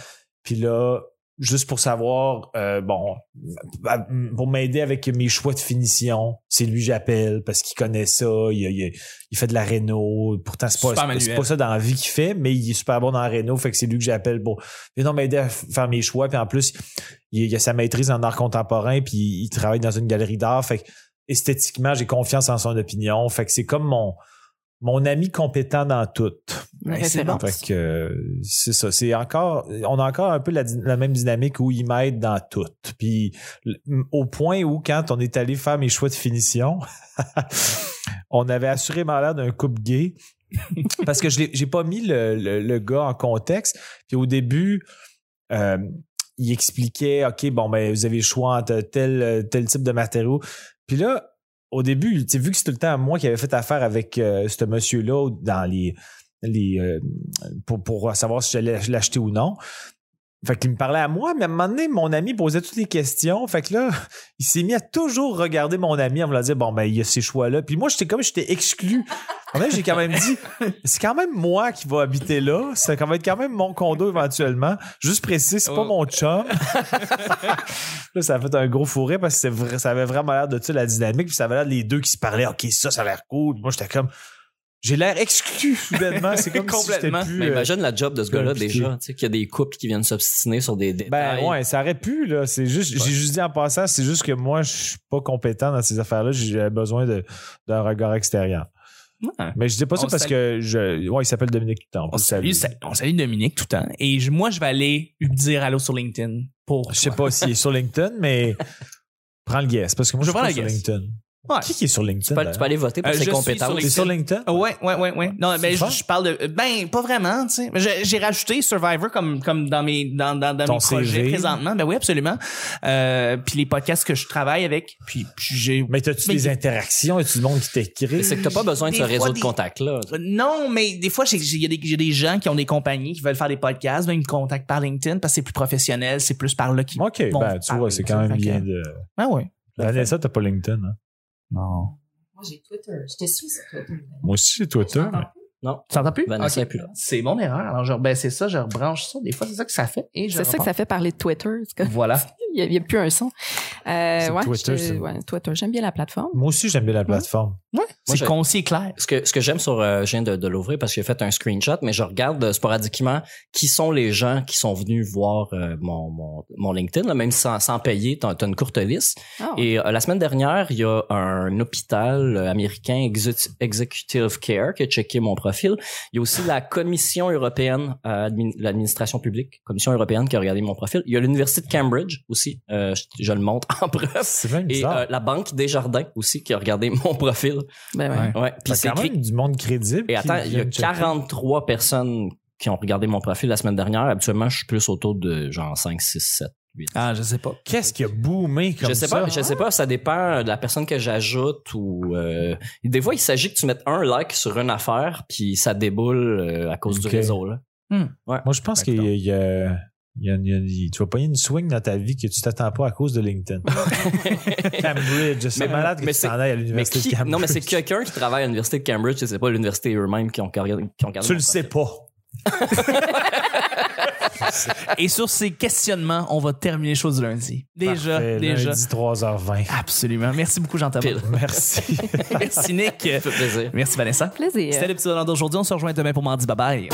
Speaker 3: Puis là, juste pour savoir, euh, bon, euh, pour m'aider avec mes choix de finition, c'est lui que j'appelle parce qu'il connaît ça, il, a- il a- il fait de la réno. Pourtant, c'est pas,
Speaker 1: Super
Speaker 3: c'est- c'est
Speaker 1: manuel.
Speaker 3: pas ça dans la vie qu'il fait, mais il est super bon dans la réno, fait que c'est lui que j'appelle pour venir m'aider à f- faire mes choix. Puis en plus, il, il a sa maîtrise en art contemporain, puis il travaille dans une galerie d'art. Fait que esthétiquement, j'ai confiance en son opinion. Fait que c'est comme mon, mon ami compétent dans tout.
Speaker 4: Une
Speaker 1: Ouais, c'est
Speaker 4: référence.
Speaker 3: Fait que euh, c'est ça. C'est encore, on a encore un peu la, dy- la même dynamique où ils m'aident dans tout. Puis l- m- au point où quand on est allé faire mes choix de finition, on avait assurément l'air d'un couple gay parce que je l'ai- j'ai pas mis le, le- le gars en contexte. Puis au début. euh, il expliquait, OK, bon, ben, vous avez le choix entre tel, tel type de matériaux. Puis là, au début, tu sais, vu que c'est tout le temps moi qui avait fait affaire avec euh, ce monsieur-là dans les, les, euh, pour, pour savoir si j'allais l'acheter ou non. Fait qu'il me parlait à moi, mais à un moment donné, mon ami posait toutes les questions. Fait que là, il s'est mis à toujours regarder mon ami en me dire Bon, ben, il y a ces choix-là. Puis moi, j'étais comme j'étais exclu. En même j'ai quand même dit C'est quand même moi qui va habiter là. Ça va être quand même mon condo éventuellement. Juste préciser, c'est pas
Speaker 1: Oh.
Speaker 3: mon chum. là, ça a fait un gros fourré parce que c'est vrai- ça avait vraiment l'air de ça, la dynamique. Puis ça avait l'air de les deux qui se parlaient Ok, ça, ça a l'air cool. Moi, j'étais comme J'ai l'air exclu soudainement. C'est comme si j'étais
Speaker 1: Complètement.
Speaker 3: plus.
Speaker 2: Mais
Speaker 3: euh,
Speaker 2: imagine la job de ce gars-là
Speaker 3: compliqué.
Speaker 2: déjà, tu sais, qu'il y a des couples qui viennent s'obstiner sur des détails.
Speaker 3: Ben ouais, ça aurait pu, là. C'est juste, j'ai juste dit en passant, c'est juste que moi, je suis pas compétent dans ces affaires-là. J'ai besoin de- d'un regard extérieur.
Speaker 1: Ouais.
Speaker 3: Mais je dis pas ça
Speaker 1: On
Speaker 3: parce
Speaker 1: salue-
Speaker 3: que je. Ouais, il s'appelle Dominique Toutan. on peut
Speaker 1: On
Speaker 3: le saluer.
Speaker 1: salue, on salue Dominique tout le temps. Et je- moi, je vais aller lui dire allô sur LinkedIn pour.
Speaker 3: Je sais
Speaker 1: toi.
Speaker 3: pas s'il est sur LinkedIn, mais prends le guess. Parce que moi,
Speaker 1: Je
Speaker 3: je suis
Speaker 1: prends
Speaker 3: pas
Speaker 1: le
Speaker 3: sur
Speaker 1: guess.
Speaker 3: LinkedIn.
Speaker 1: Ouais.
Speaker 3: Qui qui est sur
Speaker 2: Tu
Speaker 3: LinkedIn?
Speaker 2: peux, tu peux
Speaker 3: d'ailleurs?
Speaker 2: aller voter pour
Speaker 1: Euh, je
Speaker 2: ses
Speaker 1: suis
Speaker 2: compétences.
Speaker 1: sur
Speaker 3: T'es sur LinkedIn?
Speaker 1: Ah Ouais, ouais, ouais, ouais. Non,
Speaker 3: C'est
Speaker 1: ben, je,
Speaker 3: fort.
Speaker 1: je parle de. Ben, pas vraiment, tu sais. Je- J'ai rajouté Survivor comme, comme dans mes, dans, dans, dans
Speaker 3: Ton
Speaker 1: mes projets
Speaker 3: CV.
Speaker 1: présentement. Ben oui, absolument. Euh, puis les podcasts que je travaille avec. Puis puis j'ai.
Speaker 3: Mais t'as-tu
Speaker 1: Mais-
Speaker 3: des interactions? As-tu du monde qui
Speaker 2: Mais
Speaker 3: t'écrit?
Speaker 2: C'est que t'as pas besoin de
Speaker 1: Des
Speaker 2: ce
Speaker 1: fois,
Speaker 2: réseau
Speaker 1: des-
Speaker 2: de contacts-là.
Speaker 1: Non, mais des fois, j'ai- j'ai- il y, a des- j'ai des gens qui ont des compagnies qui veulent faire des podcasts. Ben, ils me contactent par LinkedIn parce que c'est plus professionnel. C'est plus par là qu'ils.
Speaker 3: Ok,
Speaker 1: Bon,
Speaker 3: ben, tu vois, c'est quand
Speaker 1: parler,
Speaker 3: même
Speaker 1: tu sais,
Speaker 3: bien
Speaker 1: fait
Speaker 3: de.
Speaker 1: Ben oui.
Speaker 3: Vanessa, t'as pas LinkedIn, hein?
Speaker 1: Non.
Speaker 5: Moi, j'ai Twitter. Je te suis sur Twitter.
Speaker 3: Moi aussi, j'ai Twitter.
Speaker 1: Ah,
Speaker 3: mais-
Speaker 1: Tu t'entends plus?
Speaker 2: Vanessa
Speaker 1: Ok.
Speaker 2: est Ben, plus là.
Speaker 1: C'est mon erreur. Alors, je rebaissais ça, je rebranche ça. Des fois, c'est ça que ça fait. Et je
Speaker 4: C'est ça que ça fait parler de Twitter. c'est comme-
Speaker 1: Voilà.
Speaker 4: Il n'y a, plus un son. Euh,
Speaker 3: C'est
Speaker 4: ouais,
Speaker 3: Twitter,
Speaker 4: je-
Speaker 3: c'est-
Speaker 4: ouais, Twitter. J'aime bien la plateforme.
Speaker 3: Moi aussi, j'aime bien
Speaker 2: Mmh.
Speaker 3: la plateforme.
Speaker 1: C'est
Speaker 2: j'ai-
Speaker 1: concis et clair.
Speaker 2: Ce que, ce que j'aime sur, euh, je viens de, de l'ouvrir parce que j'ai fait un screenshot, mais je regarde euh, sporadiquement qui sont les gens qui sont venus voir euh, mon, mon, mon LinkedIn, là, même sans, sans payer, t'as, t'as une courte liste.
Speaker 4: Ah,
Speaker 2: Et euh, la semaine dernière, il y a un hôpital euh, américain, Exu- Executive Care, qui a checké mon profil. Il y a aussi la Commission européenne, euh, admin- l'administration publique, Commission européenne qui a regardé mon profil. Il y a l'Université de Cambridge aussi, euh, je, je le montre en bref.
Speaker 3: C'est même
Speaker 2: Et
Speaker 3: bizarre.
Speaker 2: euh, la Banque Desjardins aussi qui a regardé mon profil.
Speaker 4: ben
Speaker 1: ouais.
Speaker 4: ouais.
Speaker 2: Ouais. Puis
Speaker 3: T'as
Speaker 2: c'est
Speaker 3: quand
Speaker 2: écrit
Speaker 3: même du monde crédible.
Speaker 2: et
Speaker 3: qui
Speaker 2: attends, il y a
Speaker 3: vient checker.
Speaker 2: 43 personnes qui ont regardé mon profil la semaine dernière. Habituellement, je suis plus autour de genre 5, 6, 7.
Speaker 1: Ah, je sais pas.
Speaker 3: Qu'est-ce qui a boomé comme
Speaker 2: je sais
Speaker 3: ça?
Speaker 2: pas, je sais pas, ça dépend de la personne que j'ajoute ou euh, des fois il s'agit que tu mettes un like sur une affaire puis ça déboule euh, à cause
Speaker 3: Ok.
Speaker 2: du réseau là.
Speaker 3: Moi, je pense qu'il y a- il y a- il y a- il y a- il y a- tu vas pogner une swing dans ta vie que tu t'attends pas à cause de LinkedIn. Cambridge, c'est
Speaker 2: Mais-
Speaker 3: malade que
Speaker 2: mais
Speaker 3: tu
Speaker 2: c'est-
Speaker 3: t'en ailles à
Speaker 2: mais
Speaker 3: l'université
Speaker 2: qui-
Speaker 3: de Cambridge.
Speaker 2: non mais c'est quelqu'un qui travaille à l'université de Cambridge, c'est pas l'université eux-mêmes qui ont regardé qui ont regardé
Speaker 3: Tu
Speaker 2: mon
Speaker 3: le sais pas.
Speaker 1: Et sur ces questionnements, on va terminer les choses du lundi. Déjà,
Speaker 3: Parfait,
Speaker 1: déjà.
Speaker 3: Lundi 3h20.
Speaker 1: Absolument. Merci beaucoup, Jean-Thomas.
Speaker 2: Pile.
Speaker 3: Merci.
Speaker 1: Merci, Nick.
Speaker 2: profil. Ça fait plaisir.
Speaker 1: Merci, Vanessa.
Speaker 4: Plaisir.
Speaker 1: C'était l'épisode d'aujourd'hui. On se rejoint demain pour Mardi. Bye bye.